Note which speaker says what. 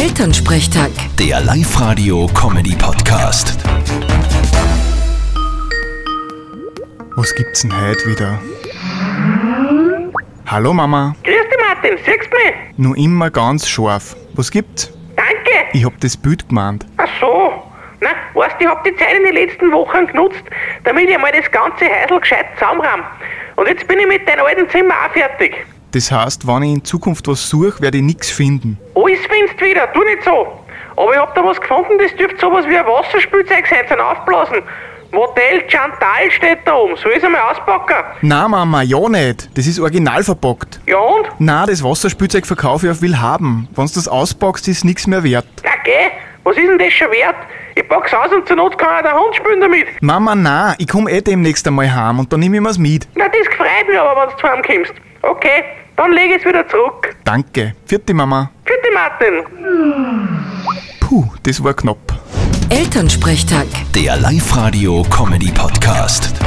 Speaker 1: Elternsprechtag.
Speaker 2: Der Live-Radio-Comedy-Podcast.
Speaker 3: Was gibt's denn heute wieder? Hallo Mama,
Speaker 4: Grüß dich, Martin. Siehst du mich?
Speaker 3: nur immer ganz scharf. Was gibt's?
Speaker 4: Danke.
Speaker 3: Ich hab das Bild gemeint.
Speaker 4: Ach so. Na, weißt du, ich hab die Zeit in den letzten Wochen genutzt, damit ich mal das ganze Häusl gescheit zusammenrahm. Und jetzt bin ich mit deinem alten Zimmer auch fertig.
Speaker 3: Das heißt, wenn ich in Zukunft was suche, werde ich nichts finden.
Speaker 4: Alles findest wieder, tu nicht so. Aber ich hab da was gefunden, das dürfte sowas wie ein Wasserspülzeug sein zum Aufblasen. Modell Chantal steht da oben, soll ich's einmal auspacken?
Speaker 3: Na Mama, ja nicht. Das ist original verpackt.
Speaker 4: Ja und?
Speaker 3: Na, das Wasserspielzeug verkaufe ich auf Willhaben. Wenn's das auspackst, ist nix mehr wert.
Speaker 4: Na geh, was ist denn das schon wert? Ich pack's aus und zur Not kann auch der Hund spielen damit.
Speaker 3: Mama, na, ich komm eh demnächst einmal heim und dann nehm ich mir's mit.
Speaker 4: Na, das gefreut mich aber, wenn du heimkommst. Okay, dann leg ich's wieder zurück.
Speaker 3: Danke. Vierte Mama.
Speaker 4: Bitte, Martin.
Speaker 3: Puh, das war knapp.
Speaker 1: Elternsprechtag.
Speaker 2: Der Live-Radio-Comedy-Podcast.